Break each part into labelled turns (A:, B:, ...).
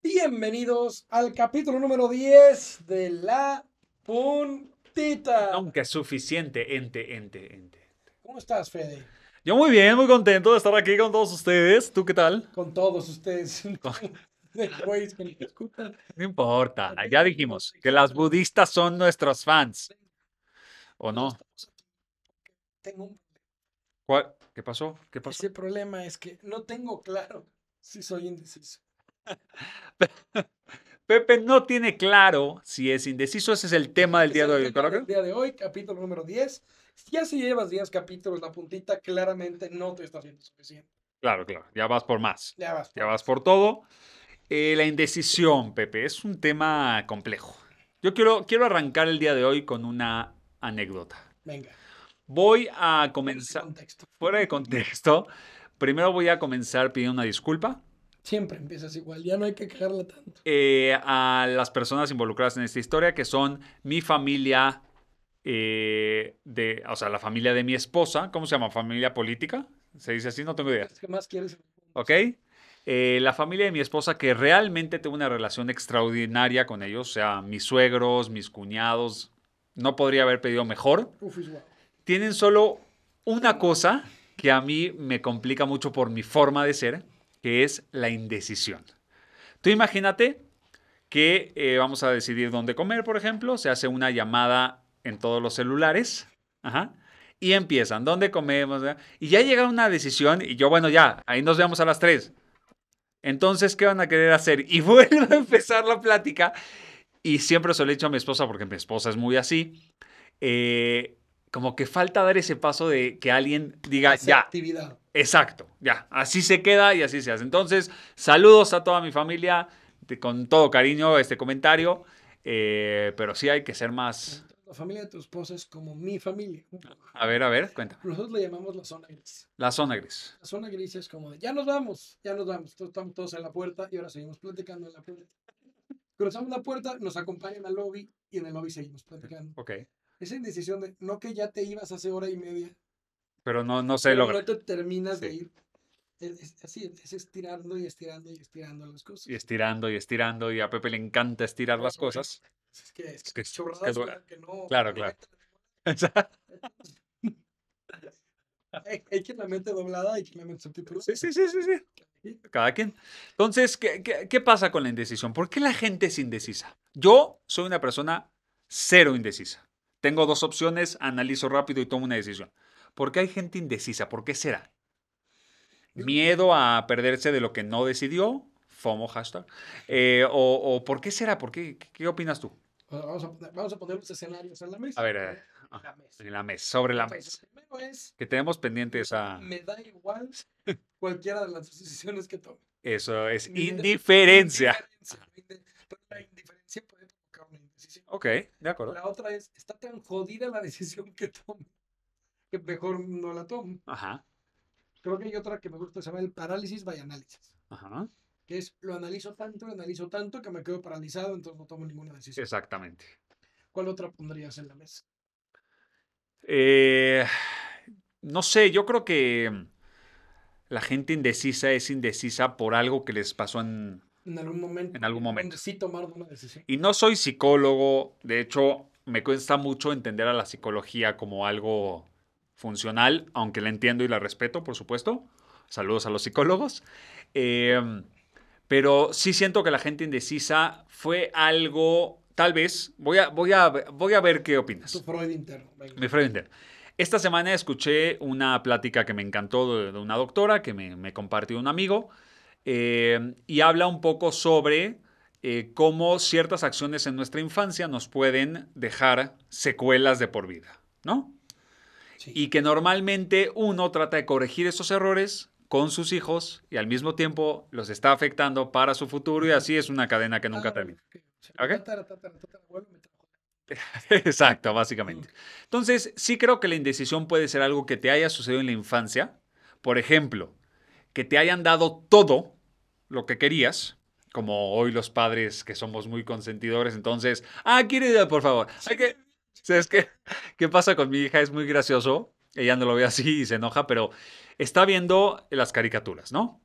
A: Bienvenidos al capítulo número 10 de La Puntita.
B: Nunca es suficiente, ente, ente, ente.
A: ¿Cómo estás, Fede?
B: Yo muy bien, muy contento de estar aquí con todos ustedes. ¿Tú qué tal?
A: Con todos ustedes. Güeyes que ni te escuchan.
B: No importa, ya dijimos que las budistas son nuestros fans. ¿O no?
A: Tengo un...
B: ¿Cuál? ¿Qué pasó? ¿Qué pasó?
A: Ese problema es que no tengo claro si soy indeciso.
B: Pepe no tiene claro si es indeciso. Ese es el tema del día de hoy. ¿correcto?
A: El día de hoy, capítulo número 10. Ya si llevas 10 capítulos, la puntita claramente no te está haciendo suficiente.
B: Claro, claro. Ya vas por más.
A: Ya vas.
B: Ya vas por todo. Eh, la indecisión, Pepe, es un tema complejo. Yo quiero, quiero arrancar el día de hoy con una anécdota.
A: Venga.
B: Voy a comenzar,
A: Contexto.
B: fuera de contexto, primero voy a comenzar pidiendo una disculpa
A: Siempre empiezas igual, ya no hay que cagarla tanto.
B: eh, a las personas involucradas en esta historia, que son mi familia, eh, de, o sea, la familia de mi esposa, ¿cómo se llama? ¿Familia política? ¿Se dice así? No tengo idea.
A: Es que más quieres.
B: ¿ok? Eh, la familia de mi esposa, que realmente tengo una relación extraordinaria con ellos, o sea, mis suegros, mis cuñados, no podría haber pedido mejor.
A: Uf, es guau.
B: Tienen solo una cosa que a mí me complica mucho por mi forma de ser, que es la indecisión. Tú imagínate que eh, vamos a decidir dónde comer, por ejemplo, se hace una llamada en todos los celulares, ajá, y empiezan, ¿dónde comemos? eh? Y ya llega una decisión y yo, bueno, ya, ahí nos vemos a las 3. Entonces, ¿qué van a querer hacer? Y vuelve a empezar la plática. Y siempre se lo he dicho a mi esposa, porque mi esposa es muy así, eh, como que falta dar ese paso de que alguien diga,
A: Esa
B: ya,
A: Actividad.
B: Exacto, ya, así se queda y así se hace. Entonces, saludos a toda mi familia, de- con todo cariño este comentario, eh, pero sí hay que ser más...
A: La familia de tu esposa es como mi familia.
B: A ver, a ver, cuéntame.
A: Nosotros le llamamos la zona gris.
B: La zona gris.
A: La zona gris es como de, ya nos vamos, ya nos vamos, todos- estamos todos en la puerta y ahora seguimos platicando en la puerta. Cruzamos la puerta, nos acompañan al lobby y en el lobby seguimos platicando.
B: Ok,
A: Esa indecisión de, no que ya te ibas hace hora y media,
B: pero no, no se
A: pero
B: logra.
A: no te terminas de
B: Sí.
A: ir. Es, es así, es estirando y estirando y estirando las cosas.
B: Y estirando y estirando, y a Pepe le encanta estirar las cosas.
A: Es que es
B: que-
A: que
B: es que
A: chorradas
B: es
A: con
B: buena.
A: las que no.
B: Claro,
A: no
B: claro.
A: meten. Hay, hay quien la mete doblada, hay quien la mete subtitulada.
B: Sí, sí, sí, sí, sí. Cada quien. Entonces, ¿qué, qué, qué pasa con la indecisión? ¿Por qué la gente es indecisa? Yo soy una persona cero indecisa. Tengo dos opciones, analizo rápido y tomo una decisión. ¿Por qué hay gente indecisa? ¿Por qué será? Miedo a perderse de lo que no decidió, FOMO hashtag. Eh, o, o por qué será? ¿Por qué? ¿Qué- ¿Qué opinas tú?
A: O sea, Pues, vamos, a poner, vamos a poner los escenarios en la mesa.
B: A ver, a ver.
A: ¿no? En la mesa.
B: En la mesa, sobre la
A: Entonces,
B: mesa. Ah.
A: el Primero es,
B: Que tenemos pendiente esa...
A: Pues me da igual cualquiera de las decisiones que tome.
B: Eso es
A: Mira,
B: indiferencia.
A: Indiferencia, no inde- Pero la indiferencia puede provocar una indecisión.
B: Ok, de acuerdo.
A: La otra es, está tan jodida la decisión que tome que mejor no la tome.
B: Ajá,
A: Creo que hay otra que me gusta, se llama el parálisis by análisis.
B: ajá.
A: Que es, lo analizo tanto, lo analizo tanto que me quedo paralizado, entonces no tomo ninguna decisión.
B: Exactamente.
A: ¿Cuál otra pondrías en la mesa?
B: Eh, no sé, yo creo que mm, la gente indecisa es indecisa por algo que les pasó en...
A: En algún momento.
B: En algún
A: donde
B: momento.
A: Sí tomar una decisión.
B: Y no soy psicólogo, de hecho, me cuesta mucho entender a la psicología como algo funcional, aunque la entiendo y la respeto, por supuesto. Saludos a los psicólogos. Eh, pero sí siento que la gente indecisa fue algo, tal vez, voy a, voy a, voy a ver qué opinas.
A: Tu Freud interno. venga.
B: Mi Freud interno. Esta semana escuché una plática que me encantó de, de una doctora que me, me compartió un amigo eh, y habla un poco sobre eh, cómo ciertas acciones en nuestra infancia nos pueden dejar secuelas de por vida, ¿no?
A: Sí.
B: Y que normalmente uno trata de corregir esos errores con sus hijos y al mismo tiempo los está afectando para su futuro y así es una cadena que nunca
A: Ah,
B: termina.
A: ok, o sea,
B: ¿Ok?
A: tatara, tatara, tatara, abuelo, me trajo.
B: Exacto, básicamente. Entonces, sí creo que la indecisión puede ser algo que te haya sucedido en la infancia. Por ejemplo, que te hayan dado todo lo que querías, como hoy los padres que somos muy consentidores, entonces, ah, quiere, por favor. Hay que... ¿Sabes qué? ¿Qué pasa con mi hija? Es muy gracioso. Ella no lo ve así y se enoja, pero está viendo las caricaturas, ¿no?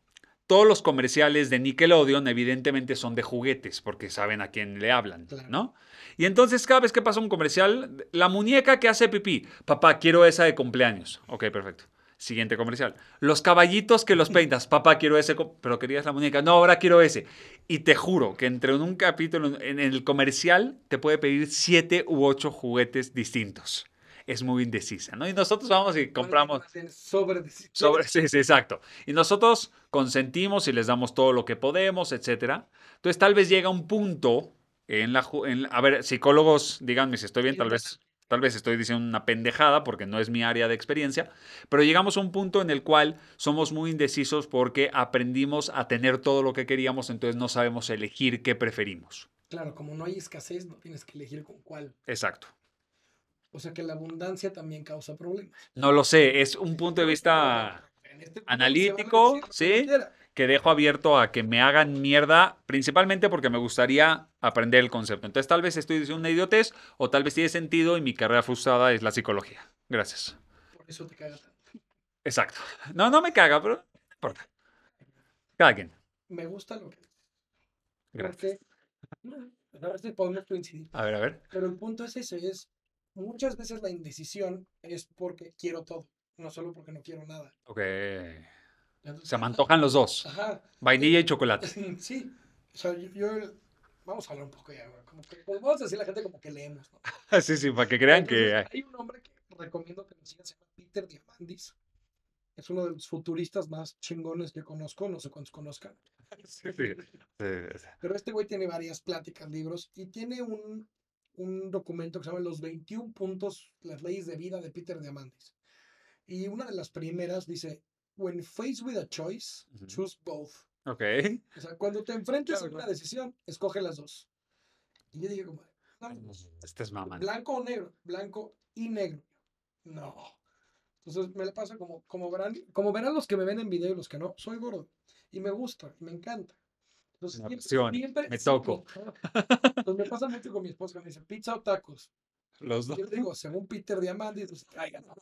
B: todos los comerciales de Nickelodeon evidentemente son de juguetes, porque saben a quién le hablan,
A: Claro.
B: ¿no? Y entonces cada vez que pasa un comercial, la muñeca que hace pipí, papá, quiero esa de cumpleaños. Ok, perfecto. Siguiente comercial. Los caballitos que los peinas, papá, quiero ese, co- pero querías la muñeca, no, ahora quiero ese. Y te juro que entre un capítulo, en el comercial, te puede pedir siete u ocho juguetes distintos. Es muy indecisa, ¿no? Y nosotros vamos y compramos...
A: Sobre decisión.
B: Sobre, sí, sí, exacto. Y nosotros consentimos y les damos todo lo que podemos, etcétera. Entonces, tal vez llega un punto en la, ju- en la- A ver, psicólogos, díganme si estoy bien, tal vez, tal vez estoy diciendo una pendejada porque no es mi área de experiencia, pero llegamos a un punto en el cual somos muy indecisos porque aprendimos a tener todo lo que queríamos, entonces no sabemos elegir qué preferimos.
A: Claro, como no hay escasez, no tienes que elegir con cuál.
B: Exacto.
A: O sea que la abundancia también causa problemas.
B: No lo sé, es un punto de vista...
A: En este punto se vale
B: analítico,
A: decir lo que
B: ¿sí?
A: quiera.
B: que dejo abierto a que me hagan mierda, principalmente porque me gustaría aprender el concepto. Entonces, tal vez estoy diciendo una idiotez o tal vez tiene sentido y mi carrera frustrada es la psicología. Gracias.
A: Por eso te caga tanto.
B: Exacto. No, no me caga, pero no importa. Cada quien.
A: Me gusta lo que
B: Gracias.
A: Porque, a veces podemos coincidir.
B: A ver, a ver.
A: Pero el punto es ese, es muchas veces la indecisión es porque quiero todo, no solo porque no quiero nada.
B: Ok.
A: Entonces,
B: Se me antojan los dos.
A: Ajá,
B: Vainilla y chocolate.
A: sí. O sea, yo, yo- vamos a hablar un poco ya, güey, como que pues, vamos a decir a la gente como que leemos, ¿no?
B: Sí, sí, para que crean que...
A: Entonces, hay un hombre que recomiendo que nos sigan, se llama Peter Diamandis. Es uno de los futuristas más chingones que conozco, no sé cuántos conozcan.
B: Sí, sí. Sí, sí.
A: Pero este güey tiene varias pláticas, libros, y tiene un, un documento que se llama Los 21 puntos, las leyes de vida de Peter Diamandis. Y una de las primeras dice, When faced with a choice,
B: Ujú.
A: choose both.
B: Ok.
A: O sea, cuando te enfrentes
B: Claro,
A: a una
B: claro.
A: decisión, escoge las dos. Y yo dije, como, no,
B: Este es mamá.
A: blanco o negro, blanco y negro. No. Entonces me la pasa como, como verán, como verán los que me ven en video y los que no, soy gordo. Y me gusta, y me encanta. Entonces,
B: Me apasiona, me
A: sí,
B: toco.
A: me- Entonces me pasa mucho con mi esposa que me dice pizza o tacos.
B: Los
A: Y
B: dos.
A: Yo le digo, según Peter Diamandis, pues, ay, no,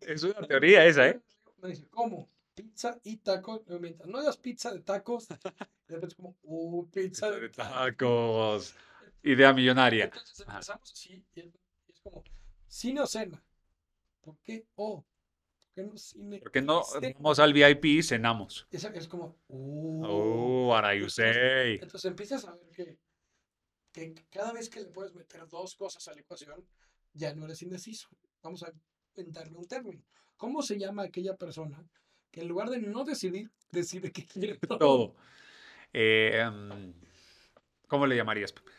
B: Es una teoría esa, ¿eh?
A: Me dice, ¿cómo? Pizza y tacos. Y yo, Mientras no digas pizza de tacos, de repente es como, uh, pizza de tacos.
B: Tacos. Idea millonaria.
A: Entonces
B: Ajá.
A: empezamos así y es, y es como cine o cena. ¿Por qué o? ¿Por qué no cine?
B: ¿Por qué no
A: Sí.
B: vamos al VIP y cenamos?
A: Es, es como "Oh". pues,
B: Oh, Arayusei.
A: Entonces empiezas a ver que, que cada vez que le puedes meter dos cosas a la ecuación, ya no eres indeciso. Vamos a inventarle un término. ¿Cómo se llama aquella persona que en lugar de no decidir, decide que quiere todo?
B: Todo. Eh, em, ¿Cómo le llamarías? Pepe?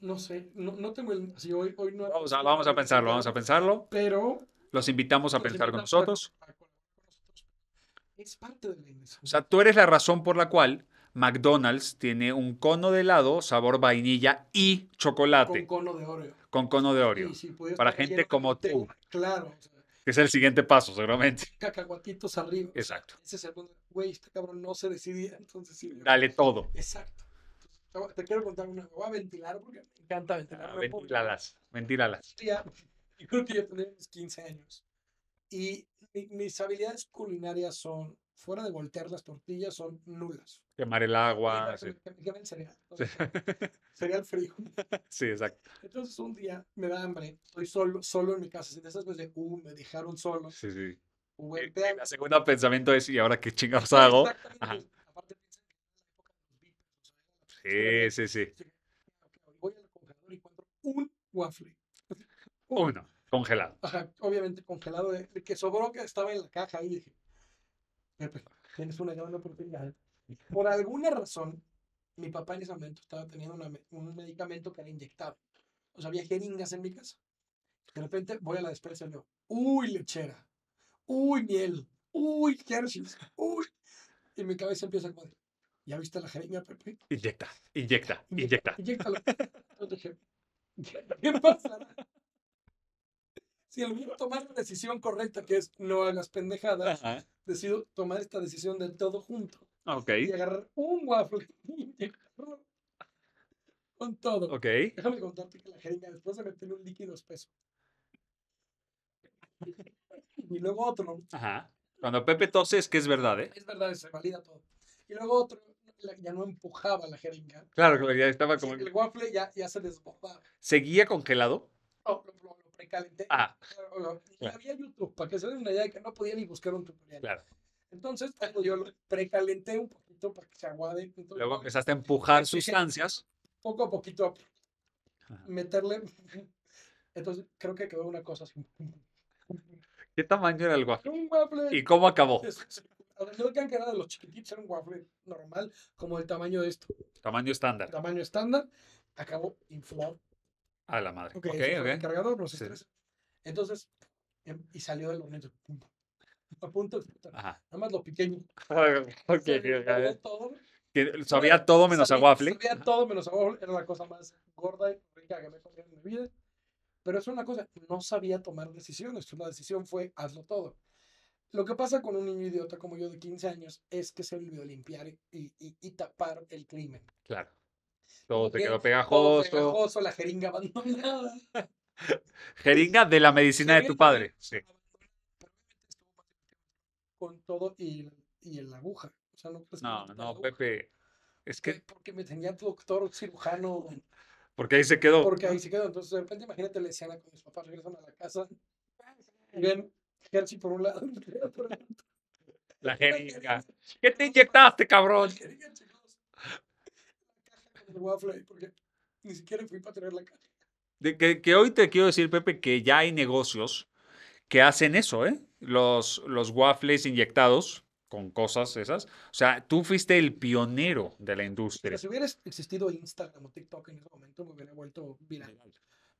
A: No sé, no, no tengo el... así hoy, hoy no
B: Vamos a, vamos a pensarlo, vamos a pensarlo.
A: Pero
B: Los invitamos a
A: Los
B: pensar con
A: invitamos a-
B: nosotros.
A: a colaborar con nosotros. Es parte de la indecisión.
B: O sea, tú eres la razón por la cual McDonald's tiene un cono de helado sabor vainilla y
A: con
B: chocolate
A: cono de Oreo.
B: con cono de Oreo.
A: Y si pudiera
B: Para
A: estar
B: gente
A: lleno de
B: como tú.
A: Nutella, Claro, o sea,
B: que Es el siguiente paso, seguramente.
A: cacahuatitos arriba.
B: Exacto.
A: Ese segundo, güey, este cabrón no se decidía, entonces sí. yo-
B: Dale todo.
A: Exacto. Te voy- Te quiero contar una, me voy a ventilar porque me encanta ventilar.
B: Ah,
A: me pongo-
B: Ventílalas, ventílalas.
A: Un día, yo creo que yo tenía unos 15 años. Y mi- mis habilidades culinarias son, fuera de voltear las tortillas, son nulas.
B: Quemar el
A: Y
B: agua.
A: la-
B: Sí,
A: que me queme el cereal. o sea, Cereal frío.
B: sí exacto.
A: Entonces un día me da hambre, estoy solo, solo en mi casa, así de esas veces de, uh, me dejaron solo,
B: Sí, sí.
A: güey,
B: Y
A: te
B: Eh, La
A: hago-
B: segunda pensamiento es, ¿y ahora qué chingados
A: Ah,
B: hago?
A: exactamente,
B: Ajá.
A: pues, Aparte piensa que es la época de los beats, o sea, era la primera
B: Sí,
A: vez
B: sí, sí.
A: que- que Voy al congelador y encuentro un waffle.
B: Uno, congelado.
A: Ajá, obviamente congelado, de, de que sobró que estaba en la caja y dije, Pepe, tienes una gran oportunidad. Por alguna razón, mi papá en ese momento estaba teniendo una me- un medicamento que era inyectable. O sea, había jeringas en mi casa. De repente voy a la despensa y yo, uy, lechera, uy, miel, uy, Hershey's, uy. Y mi cabeza empieza a joder. ¿Ya viste la jeringa, Pepe?
B: Inyecta, inyecta, inyecta.
A: Inyéctalo. Yo dije, ¿Qué pasará? Si el tomar la decisión correcta, que es no hagas pendejadas,
B: Ajá.
A: decido tomar esta decisión del todo junto
B: Ok,
A: y agarrar un waffle y inyectarlo con todo.
B: ok.
A: Déjame contarte que la jeringa después de meterle un líquido espeso y luego otro
B: Ajá. Cuando Pepe tose es que es verdad, ¿eh?
A: Es verdad, se valida todo. Y luego otro, la- ya no empujaba la jeringa.
B: Claro, que ya estaba
A: Sí,
B: Ah, como...
A: el waffle ya, ya se desbordaba.
B: ¿Seguía congelado?
A: No, lo, lo- lo precalenté.
B: Ah,
A: Claro, no, ni
B: Claro.
A: Había YouTube, para que se den una idea de que no podía ni buscar un tutorial.
B: claro.
A: Entonces, cuando yo lo precalenté un poquito para que se aguade. Entonces,
B: Luego empezaste a empujar sustancias.
A: poco a poquito
B: Ajá.
A: a meterle. Entonces, creo que quedó una cosa así.
B: ¿Qué tamaño era el waffle?
A: Un waffle.
B: ¿Y cómo acabó?
A: No crean que era de los chiquititos, era un waffle normal, como el tamaño de esto,
B: Tamaño estándar.
A: tamaño estándar. Acabó inflado.
B: A la madre.
A: Ok,
B: Ok,
A: ese fue el
B: ok.
A: cargador, no se
B: Sí.
A: estresen. Entonces, em, y salió del hornito. pum, A punto de explotar.
B: Ajá.
A: Nada más lo pequeño.
B: Ok, ok.
A: todo,
B: Que Sabía todo menos a
A: sabía-
B: waffle.
A: Sabía todo menos a waffle. Era la cosa más gorda y rica que me he comido en mi vida. Pero es una cosa, no sabía tomar decisiones. Una decisión fue hazlo todo. Lo que pasa con un niño idiota como yo de 15 años es que se olvidó limpiar y, y- y tapar el crimen.
B: Claro. Todo te
A: que
B: quedó
A: Todo
B: pegajoso.
A: pegajoso, la jeringa abandonada.
B: Jeringa de la medicina de tu
A: Jeringa.
B: padre. Sí.
A: Con todo y, y en la aguja. O sea, Pues, no, crees que me
B: No,
A: quita la
B: no,
A: aguja.
B: Pepe. Es
A: Porque-
B: que,
A: Porque me tenía doctor, cirujano,
B: porque ahí se quedó.
A: Porque ahí se quedó. Entonces, de repente, imagínate la escena con mis papás regresan a la casa y ven Hershey por un lado. Andrea por el otro.
B: La jeringa. ¿Qué te inyectaste, cabrón?
A: Jeringa, chicos. La caja con el waffle ahí, porque ni siquiera fui para tener la caja.
B: De que, que hoy te quiero decir, Pepe, que ya hay negocios que hacen eso, ¿eh? Los, los waffles inyectados con cosas esas. O sea, tú fuiste el pionero de la industria.
A: Pero si hubiera existido Instagram o TikTok en ese momento, me hubiera vuelto viral.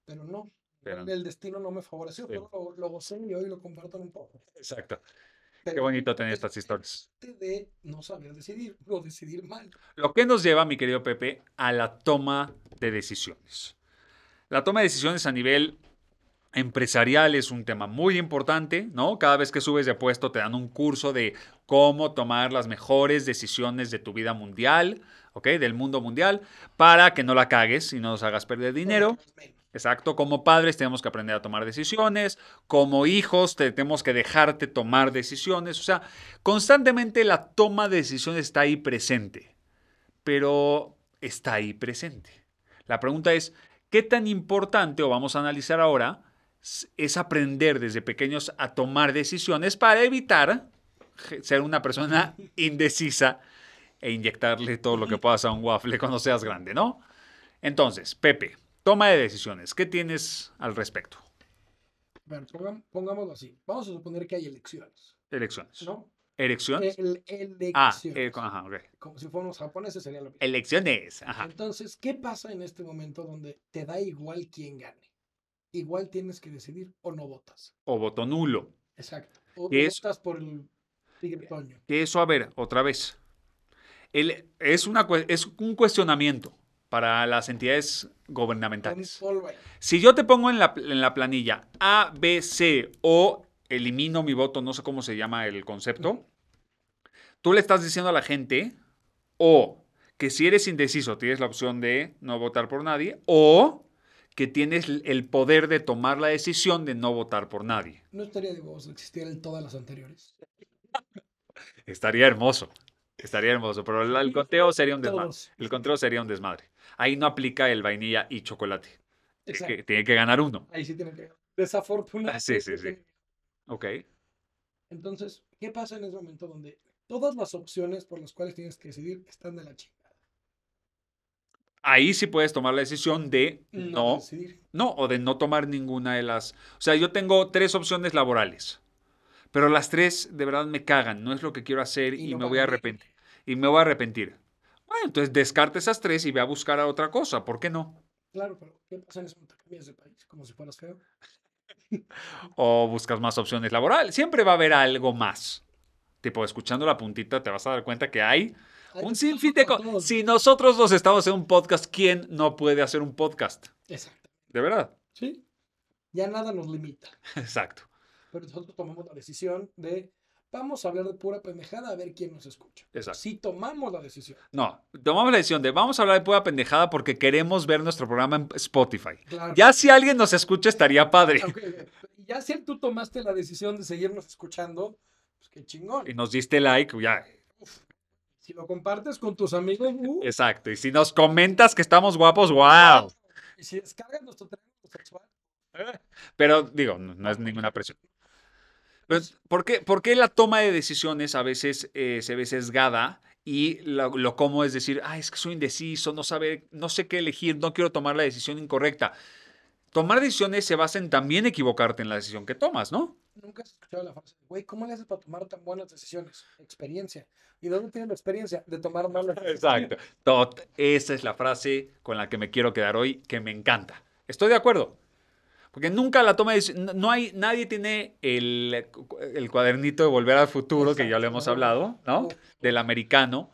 A: Pero no.
B: Pero no.
A: El destino no me favoreció,
B: Sí.
A: pero lo, lo gocé y hoy lo comparto en un poco.
B: Exacto. Qué
A: Pero
B: bonito tener estas historias.
A: de no saber decidir o decidir mal.
B: Lo que nos lleva, mi querido Pepe, a la toma de decisiones. La toma de decisiones a nivel empresarial es un tema muy importante, ¿no? Cada vez que subes de puesto te dan un curso de cómo tomar las mejores decisiones de tu vida mundial, ¿ok? Del mundo mundial, para que no la cagues y no nos hagas perder dinero. Exacto, como padres tenemos que aprender a tomar decisiones, como hijos te- tenemos que dejarte tomar decisiones, o sea, constantemente la toma de decisiones está ahí presente, pero está ahí presente. La pregunta es, ¿qué tan importante, o vamos a analizar ahora, s- es aprender desde pequeños a tomar decisiones para evitar je- ser una persona indecisa e inyectarle todo lo que puedas a un waffle cuando seas grande, ¿no? Entonces, Pepe, toma de decisiones. ¿Qué tienes al respecto?
A: Bueno, pongam- pongámoslo así. Vamos a suponer que hay elecciones,
B: Elecciones.
A: ¿no?
B: ¿Elecciones?
A: El, elecciones.
B: Ah, eh, con- ajá, ok.
A: Como si fuéramos japoneses sería lo mismo.
B: Elecciones. Ajá.
A: Entonces, ¿qué pasa en este momento donde te da igual quién gane? Igual tienes que decidir o no votas.
B: O voto nulo.
A: Exacto. O
B: Que es-
A: votas por el tigre Toño.
B: Que Eso, a ver, otra vez. El- es, una, cue- es un cuestionamiento para las entidades
A: Con
B: gubernamentales.
A: Paul Ryan.
B: Si yo te pongo en la, pl- en la planilla A, B, C o elimino mi voto, no sé cómo se llama el concepto, tú le estás diciendo a la gente o que si eres indeciso tienes la opción de no votar por nadie o que tienes l- el poder de tomar la decisión de no votar por nadie.
A: No estaría de vos existir en todas las anteriores.
B: Estaría hermoso. Estaría hermoso, pero el, el conteo sería un desmadre.
A: Todos.
B: El conteo sería un desmadre. Ahí no aplica el vainilla y chocolate. que- que
A: Exacto.
B: tiene que ganar uno.
A: Ahí sí tienen que. Desafortunadamente.
B: Ah, sí, sí, sí.
A: tienen que-
B: Ok.
A: Entonces, ¿qué pasa en ese momento donde todas las opciones por las cuales tienes que decidir están de la chingada?
B: ahí sí puedes tomar la decisión de no,
A: decidir.
B: no, o de no tomar ninguna de las. O sea, yo tengo tres opciones laborales, pero las tres de verdad me cagan, no es lo que quiero hacer y,
A: no
B: me voy a
A: van bien.
B: arrepentir. Y me voy a arrepentir. Bueno, entonces descarte esas tres y ve a buscar a otra cosa, ¿por qué no?
A: Claro, pero ¿qué pasa en ese momento? Cambias de país, como si fueras feo.
B: O buscas más opciones laborales. Siempre va a haber algo más. Tipo, escuchando la puntita, te vas a dar cuenta que hay
A: Ay,
B: un
A: pues,
B: sinfín de
A: para
B: cosas.
A: todos.
B: Si nosotros nos estamos en un podcast, ¿quién no puede hacer un podcast?
A: Exacto.
B: De verdad.
A: Sí. Ya nada nos limita.
B: Exacto.
A: Pero nosotros tomamos la decisión de vamos a hablar de pura pendejada a ver quién nos escucha.
B: Exacto.
A: Si tomamos la decisión.
B: No, tomamos la decisión de vamos a hablar de pura pendejada porque queremos ver nuestro programa en Spotify.
A: Claro.
B: Ya si alguien nos escucha estaría padre.
A: Ok, ok. Ya si tú tomaste la decisión de seguirnos escuchando, Pues qué chingón.
B: Y nos diste like, ya.
A: Si lo compartes con tus amigos, uh,
B: Exacto. Y si nos comentas que estamos guapos, wow.
A: y si descargas nuestro tráfico sexual,
B: Pero digo, no, no es ninguna presión. Pero, ¿por, qué, por qué la toma de decisiones a veces eh, se ve sesgada y lo, lo como es decir, ah, es que soy indeciso, no, sabe, no sé qué elegir, no quiero tomar la decisión incorrecta? Tomar decisiones se basa en también equivocarte en la decisión que tomas, ¿no?
A: nunca has escuchado la frase, güey, ¿cómo le haces para tomar tan buenas decisiones? Experiencia. ¿Y dónde tienes la experiencia de tomar malas decisiones?
B: Exacto. Tot- esa es la frase con la que me quiero quedar hoy, que me encanta. Estoy de acuerdo. Porque nunca la toma de deci- no- no hay Nadie tiene el, el cuadernito de Volver al Futuro, que ya lo hemos hablado, ¿no? Del americano,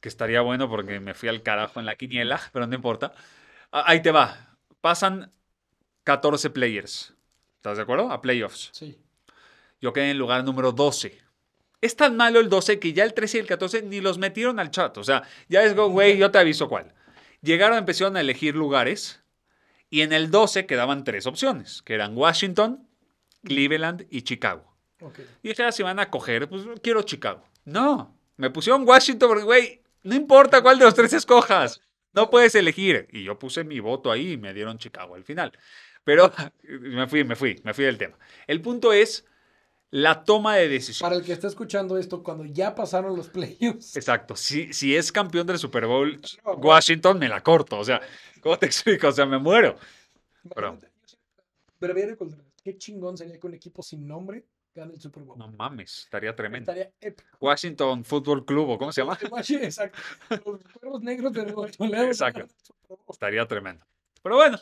B: que estaría bueno porque me fui al carajo en la quiniela, pero no importa. Ah, Ahí te va. Pasan 14 players. ¿Estás de acuerdo? A playoffs.
A: Sí.
B: Yo quedé en el lugar número 12. Es tan malo el 12 que ya el 13 y el 14 ni los metieron al chat. O sea, ya es go, güey, yo te aviso cuál. Llegaron, empezaron a elegir lugares y en el 12 quedaban tres opciones, que eran Washington, Cleveland y Chicago.
A: Ok.
B: Y dije, ah, si van a coger, pues quiero Chicago. No, me pusieron Washington porque, güey, no importa cuál de los tres escojas, no puedes elegir. Y yo puse mi voto ahí y me dieron Chicago al final. Pero me fui, me fui, me fui del tema. El punto es la toma de decisión.
A: Para el que está escuchando esto, cuando ya pasaron los playoffs,
B: Exacto, si, si es campeón del Super Bowl,
A: No, güey.
B: Washington me la corto. O sea, ¿cómo te explico? O sea, me muero.
A: imagínate, yo siempre- Breviario con- qué chingón sería que un equipo sin nombre gane el Super Bowl.
B: No mames, estaría tremendo.
A: Estaría épico.
B: Washington Football Club, ¿o cómo se llama?
A: Exacto. Los cuervos negros de Nuevo Toledo.
B: Exacto. Estaría tremendo. Pero bueno,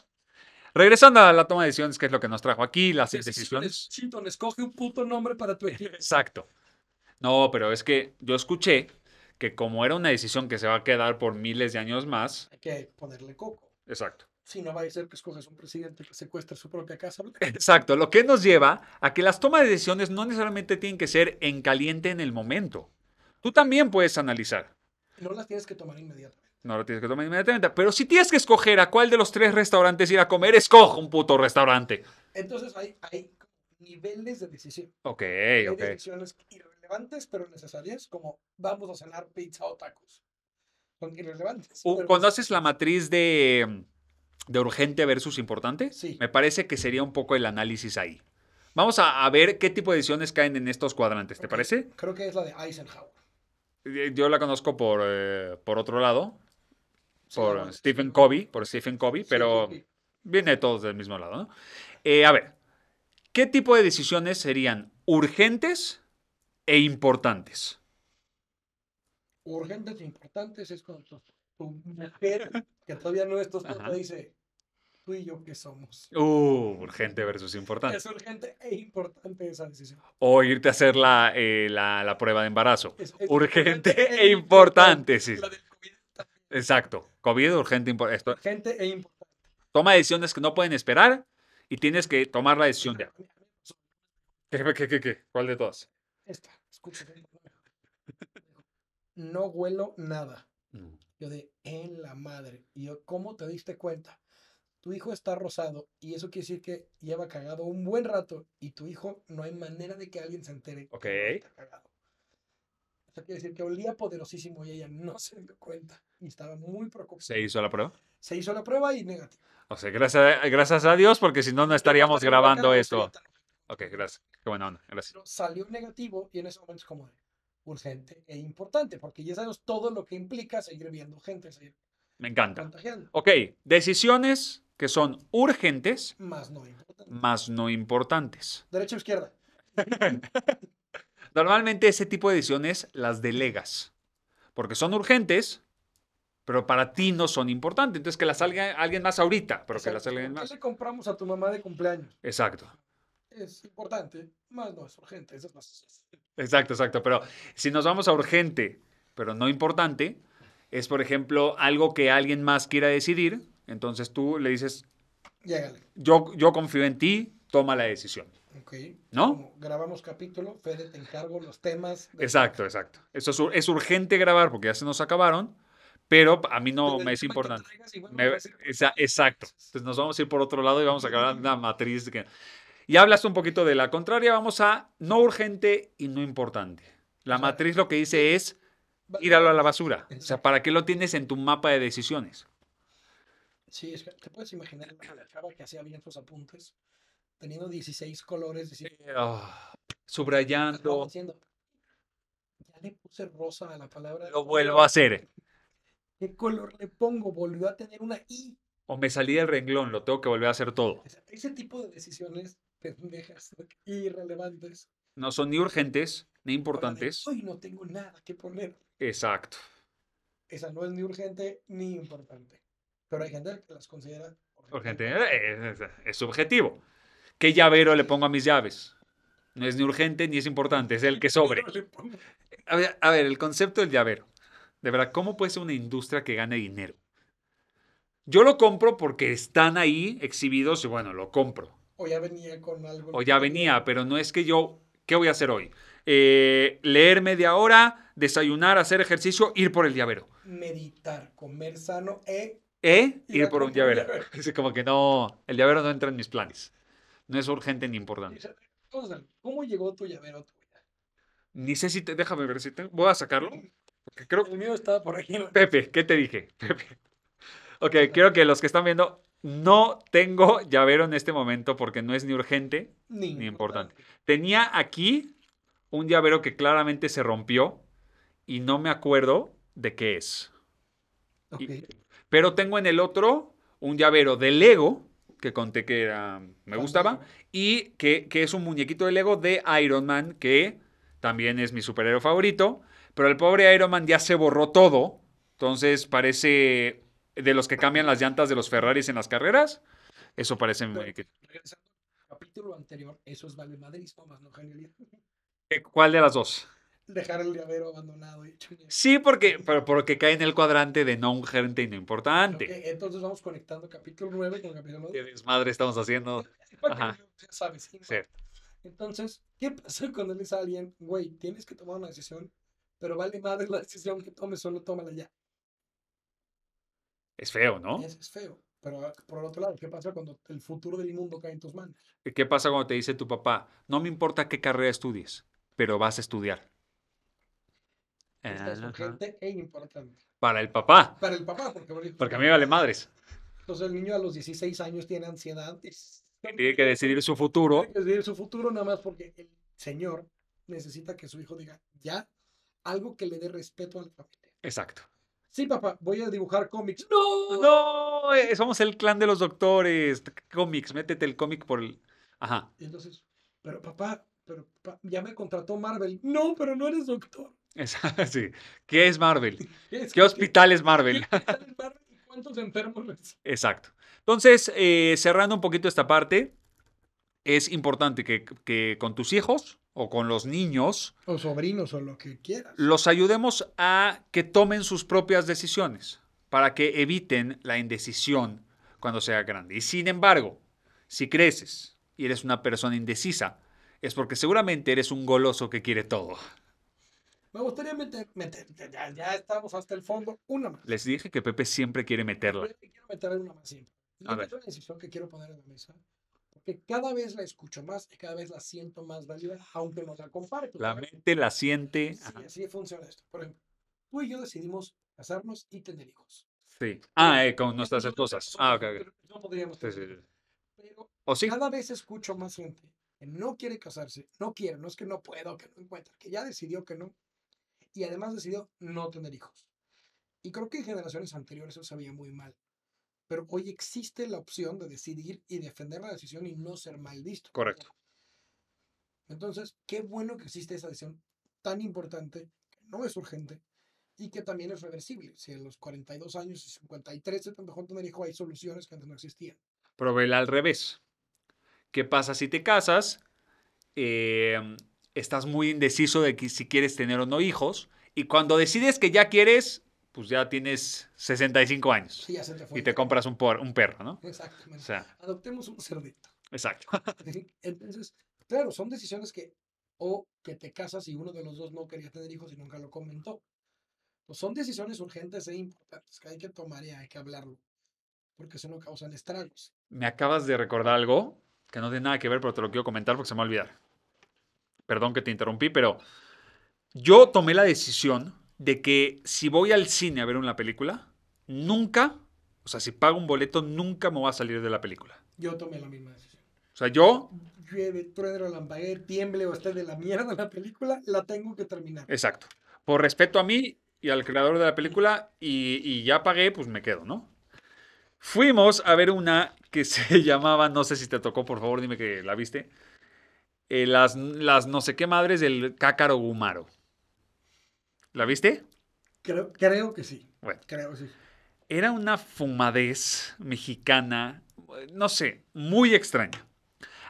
B: regresando a la toma de decisiones, que es lo que nos trajo aquí, las decisiones.
A: Chilton, escoge un puto nombre para tu equipo.
B: Exacto. No, pero es que yo escuché que como era una decisión que se va a quedar por miles de años más,
A: Hay que ponerle coco.
B: exacto.
A: Si no va a ser que escoges un presidente que secuestre su propia casa.
B: Exacto, lo que nos lleva a que las tomas de decisiones no necesariamente tienen que ser en caliente en el momento. Tú también puedes analizar.
A: No las tienes que tomar inmediatamente.
B: No lo tienes que tomar inmediatamente, pero si tienes que escoger a cuál de los tres restaurantes ir a comer, escoja un puto restaurante.
A: Entonces hay, hay niveles de decisión.
B: Ok,
A: Hay
B: ok.
A: decisiones irrelevantes pero necesarias, como vamos a cenar pizza o tacos. Son irrelevantes.
B: U-
A: pero
B: Cuando
A: neces-
B: haces la matriz de, de urgente versus importante,
A: Sí.
B: me parece que sería un poco el análisis ahí. Vamos a, a ver qué tipo de decisiones caen en estos cuadrantes, ¿te
A: Ok,
B: parece?
A: Creo que es la de Eisenhower.
B: Eh, Yo la conozco por, eh, por otro lado,
A: Sí, la
B: por
A: conozco.
B: Stephen Covey, por Stephen Covey,
A: Sí,
B: pero
A: sí, sí.
B: viene todos del mismo lado, ¿no? Eh, a ver, ¿qué tipo de decisiones serían urgentes e importantes?
A: Urgentes e importantes es cuando tu, tu mujer, que todavía no es tu esposa,
B: Ajá.
A: dice, tú y yo qué somos.
B: Uh, urgente versus importante.
A: Es urgente e importante esa decisión.
B: O irte a hacer la, eh, la- la prueba de embarazo.
A: Es- es
B: Urgente e importante, sí.
A: La del COVID también.
B: Exacto. COVID, urgente, importante. Esto-
A: Urgente e importante.
B: Toma decisiones que no pueden esperar y tienes que tomar la decisión ya. ¿Qué, qué, qué, qué? ¿Cuál de todas?
A: Esta, escucha. ven, ven. No huelo nada. Yo de en la madre. Y yo, ¿cómo te diste cuenta? Tu hijo está rosado y eso quiere decir que lleva cagado un buen rato y tu hijo no hay manera de que alguien se entere que no
B: Ok.
A: está cagado. Eso quiere decir que olía poderosísimo y ella no se dio cuenta y estaba muy preocupada.
B: ¿Se hizo la prueba?
A: Se hizo la prueba y negativo.
B: O sea, gracias a, gracias a Dios, porque si no, no estaríamos grabando esto. Ok, gracias. Qué buena onda. Gracias.
A: pero salió negativo y en ese momento es como de urgente e importante, porque ya sabemos todo lo que implica seguir viendo gente, seguir
B: Me encanta.
A: contagiando,
B: Ok, decisiones que son urgentes,
A: más no importante.
B: más no importantes.
A: Derecha o izquierda.
B: Normalmente ese tipo de decisiones las delegas, porque son urgentes, pero para ti no son importantes. Entonces que las salga alguien más ahorita, pero que las
A: Exacto,
B: salga alguien
A: ¿por qué
B: más.
A: le compramos a tu mamá de cumpleaños?
B: Exacto,
A: Es importante, más no es urgente, eso es más.
B: exacto, exacto. Pero si nos vamos a urgente, pero no importante, es por ejemplo algo que alguien más quiera decidir, entonces tú le dices,
A: Llégale.
B: yo, yo confío en ti, toma la decisión.
A: Ok.
B: ¿No?
A: Como grabamos capítulo, Fede, te encargo los temas. de-
B: Exacto, exacto. Eso es, ur- es urgente grabar porque ya se nos acabaron, pero a mí no
A: del
B: me
A: Pues,
B: es
A: tema que
B: importante.
A: traigas, igual
B: Me-
A: vamos a decir-
B: esa- exacto. Entonces nos vamos a ir por otro lado y vamos a acabar una matriz. que- Y hablas un poquito de la contraria, vamos a no urgente y no importante. La
A: O sea,
B: matriz lo que dice es
A: va-
B: tíralo a la basura. O sea,
A: Exacto.
B: ¿para qué lo tienes en tu mapa de decisiones?
A: Sí, es que te puedes imaginar la chava que hacía bien sus apuntes, teniendo 16 colores, decir,
B: Ah,
A: "Ah, no,
B: subrayando,
A: haciendo, ya le puse rosa a la palabra.
B: lo vuelvo a hacer.
A: ¿Qué color le pongo? Volvió a tener una I.
B: O me salí del renglón, lo tengo que volver a hacer todo.
A: O sea, ese tipo de decisiones pendejas, irrelevantes.
B: No son ni urgentes
A: o la de,
B: ni importantes.
A: Hoy no tengo nada que poner.
B: Exacto.
A: Esa no es ni urgente ni importante. Pero hay gente que las considera
B: Urgente. eh, Es, es- es subjetivo. ¿Qué llavero le pongo a mis llaves? No es ni urgente ni es importante, es el que sobre.
A: Pero le pongo-
B: A ver, a ver, el concepto del llavero. De verdad, ¿cómo puede ser una industria que gane dinero? Yo lo compro porque están ahí exhibidos y bueno, lo compro.
A: O ya venía con algo.
B: O ya venía, pero no es que yo, ¿qué voy a hacer hoy? Eh, leer media hora, desayunar, hacer ejercicio, ir por el llavero.
A: Meditar, comer sano e
B: ¿Eh?
A: Y
B: Ir
A: la
B: por
A: compro
B: un
A: un
B: llavero.
A: llavero.
B: Es como que no, el llavero no entra en mis planes. No es urgente ni importante.
A: Dice, vamos a ver, ¿Cómo llegó tu llavero a tu vida?
B: Ni sé si te, déjame ver si te, voy a sacarlo. Porque creo,
A: El mío estaba por aquí. ¿no?
B: Pepe, ¿qué te dije? Pepe. Ok, creo que los que están viendo, no tengo llavero en este momento porque no es ni urgente.
A: Ni,
B: Ni importante. Tenía aquí un llavero que claramente se rompió y no me acuerdo de qué es.
A: Ok.
B: Pero tengo en el otro un llavero de Lego, que conté que era, me gustaba, y que, que es un muñequito de Lego de Iron Man, que también es mi superhéroe favorito. Pero el pobre Iron Man ya se borró todo. Entonces parece de los que cambian las llantas de los Ferraris en las carreras. Eso parece mi
A: Bueno.
B: muñequito.
A: Regresando al capítulo anterior, eso es vale madrismo, más no genialidad.
B: Eh, ¿Cuál de las dos?
A: Dejar el llavero abandonado. Y hecho mierda.
B: Sí, porque, pero porque cae en el cuadrante de no urgente y no importante.
A: Ok, entonces vamos conectando capítulo 9 con capítulo
B: ¿Qué
A: 9.
B: desmadre estamos haciendo? Ajá.
A: Ya sabes. ¿sí?
B: Sí.
A: Entonces, ¿qué pasa cuando le dices a alguien, güey, tienes que tomar una decisión, pero vale madre la decisión que tomes, solo tómala ya?
B: Es feo, ¿no?
A: Eso es feo. Pero ah, por otro lado, ¿qué pasa cuando el futuro del mundo cae en tus manos?
B: ¿Qué pasa cuando te dice tu papá? No me importa qué carrera estudies, pero vas a estudiar. Ah,
A: Esta es
B: Ajá.
A: urgente e importante.
B: Para el papá,
A: Para el papá, porque, bueno,
B: porque a mí me vale madres.
A: entonces el niño a los 16 años tiene ansiedad y s-
B: Tiene que decidir su futuro.
A: tiene que decidir su futuro nada más porque el señor necesita que su hijo diga ya algo que le dé respeto al familia.
B: Exacto.
A: Sí, papá, voy a dibujar cómics. No,
B: No, eh, somos el clan de los doctores. Cómics, métete el cómic por el... Ajá.
A: Y entonces, pero papá, pero papá, ya me contrató Marvel. No, pero no eres doctor.
B: Esa- sí. ¿Qué es Marvel?
A: Es-
B: ¿Qué hospital es Marvel?
A: ¿Qué hospital es Marvel y cuántos enfermos res-
B: Exacto. Entonces, eh, cerrando un poquito esta parte, es importante que, que con tus hijos o con los niños
A: O sobrinos o lo que quieras.
B: los ayudemos a que tomen sus propias decisiones para que eviten la indecisión cuando sea grande. Y sin embargo, si creces y eres una persona indecisa, es porque seguramente eres un goloso que quiere todo.
A: Me gustaría meter, meter ya, ya estamos hasta el fondo, una más.
B: Les dije que Pepe siempre quiere
A: Yo
B: meterla.
A: le quiero meter una más siempre. Y
B: A
A: esta
B: ver.
A: es una decisión que quiero poner en la mesa, porque cada vez la escucho más y cada vez la siento más válida, aunque no la comparto.
B: La
A: ¿sabes?
B: mente la siente.
A: Sí,
B: Ajá,
A: así funciona esto. Por ejemplo, tú y yo decidimos casarnos y tener hijos.
B: sí. Ah, eh, con nuestras esposas. Ah, ok, ok.
A: No podríamos
B: Sí,
A: tener
B: sí, sí.
A: hijos. Pero
B: ¿O sí?
A: cada vez escucho más gente que no quiere casarse, no quiere, no es que no puedo, que no encuentra, que ya decidió que no. Y además decidió no tener hijos. Y creo que en generaciones anteriores eso se veía muy mal. Pero hoy existe la opción de decidir y defender la decisión y no ser mal visto.
B: Correcto.
A: Entonces, qué bueno que existe esa decisión tan importante, que no es urgente y que también es reversible. Si a los 42 años y 53 se te antojó tener hijo, hay soluciones que antes no existían.
B: Pero vela al revés. ¿Qué pasa si te casas? Eh, estás muy indeciso de que si quieres tener o no hijos. Y cuando decides que ya quieres, pues ya tienes 65 años.
A: Sí, ya se te fue
B: Y
A: el
B: te
A: tiempo.
B: compras un, por- un perro, ¿no? O
A: Exactamente.
B: sea,
A: Adoptemos un cerdito.
B: exacto.
A: Entonces, claro, son decisiones que, o que te casas y uno de los dos no quería tener hijos y nunca lo comentó. Pues son decisiones urgentes e importantes que hay que tomar y hay que hablarlo, porque si no causan estragos.
B: Me acabas de recordar algo que no tiene nada que ver, pero te lo quiero comentar porque se me va a olvidar. Perdón que te interrumpí, pero yo tomé la decisión de que si voy al cine a ver una película, nunca, o sea, si pago un boleto, nunca me voy a salir de la película.
A: Yo tomé la misma decisión.
B: O sea, yo,
A: Llueve, trueno, lampaguer, tiemble o esté de la mierda la película, la tengo que terminar.
B: exacto, por respeto a mí y al creador de la película, y, y ya pagué, pues me quedo, ¿no? Fuimos a ver una que se llamaba, no sé si te tocó, por favor, dime que la viste, eh, las, las no sé qué madres del Cácaro Gumaro. ¿La viste?
A: Creo, creo que sí.
B: Bueno.
A: Creo que sí.
B: era una fumadez mexicana, no sé, muy extraña.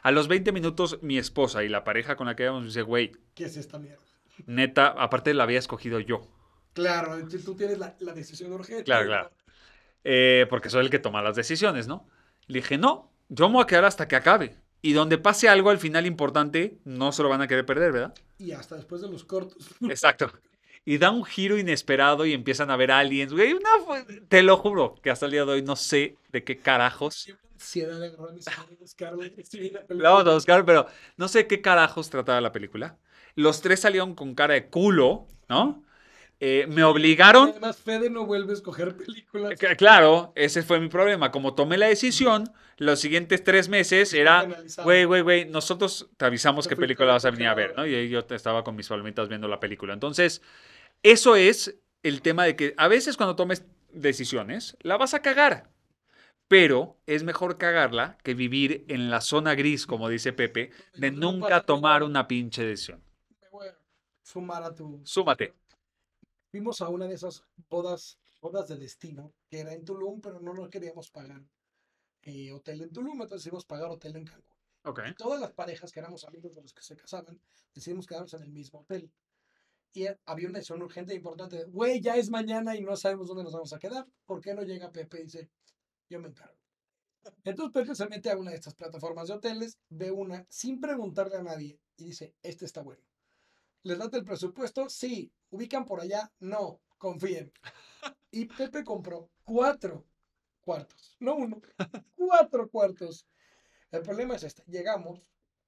B: A los 20 minutos, mi esposa y la pareja con la que íbamos me dice, güey,
A: ¿Qué es esta mierda?
B: neta, aparte la había escogido yo,
A: Claro, entonces tú tienes la, la decisión urgente.
B: Claro, claro. eh, porque soy el que toma las decisiones, ¿no? Le dije, no, yo me voy a quedar hasta que acabe. Y donde pase algo al final importante, no se lo van a querer perder, ¿verdad?
A: Y hasta después de los cortos.
B: Exacto. Y da un giro inesperado y empiezan a ver aliens. Güey, una fu- te lo juro que hasta el día de hoy no sé de qué carajos
A: Siempre ansiedad de agarrar mis amigos, Carlos. sí, la
B: La vamos
A: película.
B: a buscar, pero no sé qué carajos trataba la película. Los tres salieron con cara de culo, ¿no? Eh, me obligaron.
A: Además, Fede no vuelve a escoger películas.
B: C- Claro, ese fue mi problema. Como tomé la decisión, los siguientes tres meses era,
A: Analizado.
B: güey, güey, güey, nosotros te avisamos
A: Te
B: qué
A: fuiste
B: película
A: a
B: vas a venir a ver, ¿no? Y ahí yo te- estaba con mis palomitas viendo la película. Entonces, eso es el tema de que a veces cuando tomes decisiones, la vas a cagar. Pero es mejor cagarla que vivir en la zona gris, como dice Pepe, de
A: Pues No pasa
B: nunca
A: nada.
B: tomar una pinche decisión.
A: Me voy a sumar a tu.
B: Súmate.
A: Fuimos a una de esas bodas, bodas del destino, que era en Tulum, pero no nos queríamos pagar eh, hotel en Tulum, entonces íbamos a pagar hotel en Cancún.
B: Ok.
A: Y todas las parejas que éramos amigos de los que se casaban, decidimos quedarnos en el mismo hotel. Y eh, había una decisión urgente e importante. de, Güey, ya es mañana y no sabemos dónde nos vamos a quedar. ¿Por qué no llega Pepe? Y dice, yo me encargo. Entonces Pepe se mete a una de estas plataformas de hoteles, ve una sin preguntarle a nadie y dice, este está bueno. ¿Les date el presupuesto? Sí. ¿Ubican por allá? No. Confíen. Y Pepe compró cuatro cuartos. No uno, cuatro cuartos. El problema es este. Llegamos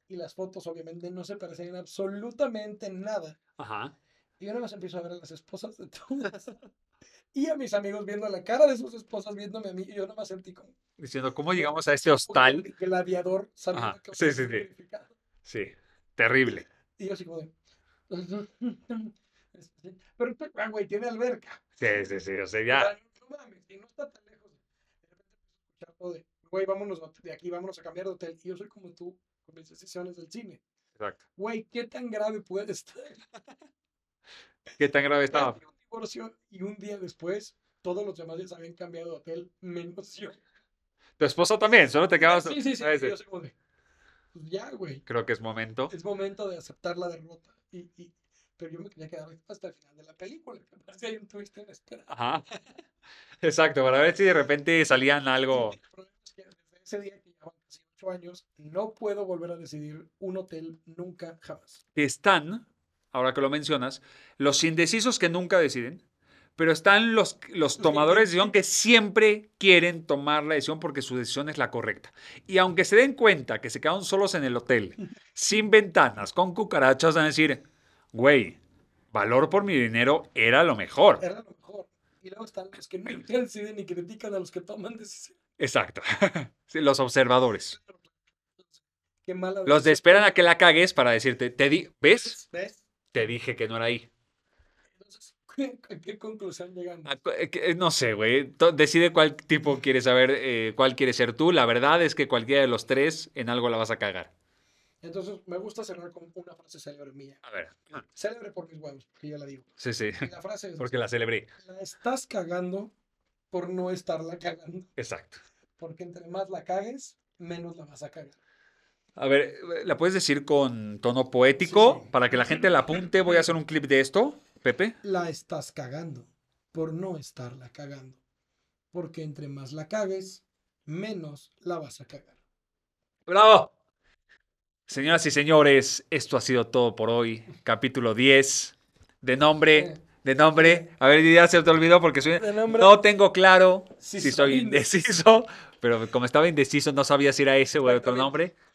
A: y las fotos obviamente no se parecen en absolutamente nada.
B: Ajá.
A: Y yo nada más empiezo a ver a las esposas de todas. Y a mis amigos viendo la cara de sus esposas, viéndome a mí. Y yo nada más sentí como
B: Diciendo, ¿cómo
A: Pues
B: llegamos a este hostal?
A: el aviador sabiendo
B: Ajá,
A: que
B: sí,
A: voy a
B: sí,
A: ser
B: sí.
A: verificado.
B: Sí. Terrible.
A: Y yo así como de... Pero, este- ah, güey, tiene alberca.
B: Sí, sí, sí. O sea,
A: O
B: ya.
A: sea, no mames, y no está tan lejos. De repente escuchar todo de, güey, vámonos de aquí, vámonos a cambiar de hotel. Y yo soy como tú, con mis decisiones del cine.
B: Exacto.
A: Güey, ¿qué tan grave puede estar?
B: ¿Qué tan grave estaba?
A: Casi un divorcio y un día después, todos los demás ya se habían cambiado de hotel, menos yo.
B: Tu esposa también, solo te quedabas.
A: Sí, sí, sí.
B: Ah,
A: y
B: sí.
A: yo soy como de, pues ya, güey.
B: Creo que es momento.
A: Es momento de aceptar la derrota. Y, y, pero yo me quería quedar hasta el final de la película. Que parece hay un twist en espera.
B: Ajá. Exacto, para ver si de repente salían algo.
A: Sí, el problema es que desde ese día que llevan casi ocho años, no puedo volver a decidir un hotel nunca jamás.
B: que están, ahora que lo mencionas, los indecisos que nunca deciden, pero están los, los tomadores de decisión que siempre quieren tomar la decisión porque su decisión es la correcta. Y aunque se den cuenta que se quedaron solos en el hotel, sin ventanas, con cucarachas, van a decir, güey, valor por mi dinero era lo mejor.
A: Era lo mejor. Y luego están los que nunca deciden y critican a los que toman decisiones.
B: Exacto. Sí, los observadores.
A: Qué mala
B: Los de esperan a que la cagues para decirte, te di ¿ves?
A: decisión. ¿Ves?
B: Te dije que no era ahí.
A: Entonces, ¿a qué conclusión llegan?
B: A cu- eh, que- No sé, güey. To- Decide cuál tipo quieres saber, eh, cuál quieres ser tú. La verdad es que cualquiera de los tres en algo la vas a cagar.
A: Entonces, me gusta cerrar con una frase célebre mía.
B: A ver.
A: Célebre por mis huevos, porque yo la digo.
B: Ah, Sí, sí.
A: Y la frase es,
B: Porque la celebré.
A: la estás cagando por no estarla cagando.
B: Exacto.
A: Porque entre más la cagues, menos la vas a cagar.
B: A ver, eh, la puedes decir con tono poético
A: Sí, sí.
B: para que la gente la apunte. Voy a hacer un clip de esto, Pepe.
A: la estás cagando por no estarla cagando. Porque entre más la cagues, menos la vas a cagar.
B: ¡Bravo! Señoras y señores, esto ha sido todo por hoy. Capítulo 10. De nombre, de nombre. A ver, ya se te olvidó porque soy.
A: De
B: No tengo claro
A: Sí,
B: si
A: soy
B: soy indeciso, pero como estaba indeciso no sabía si era ese o era otro
A: Exactamente.
B: nombre.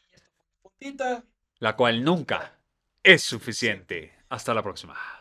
A: Tita.
B: la cual nunca es suficiente. Hasta la próxima.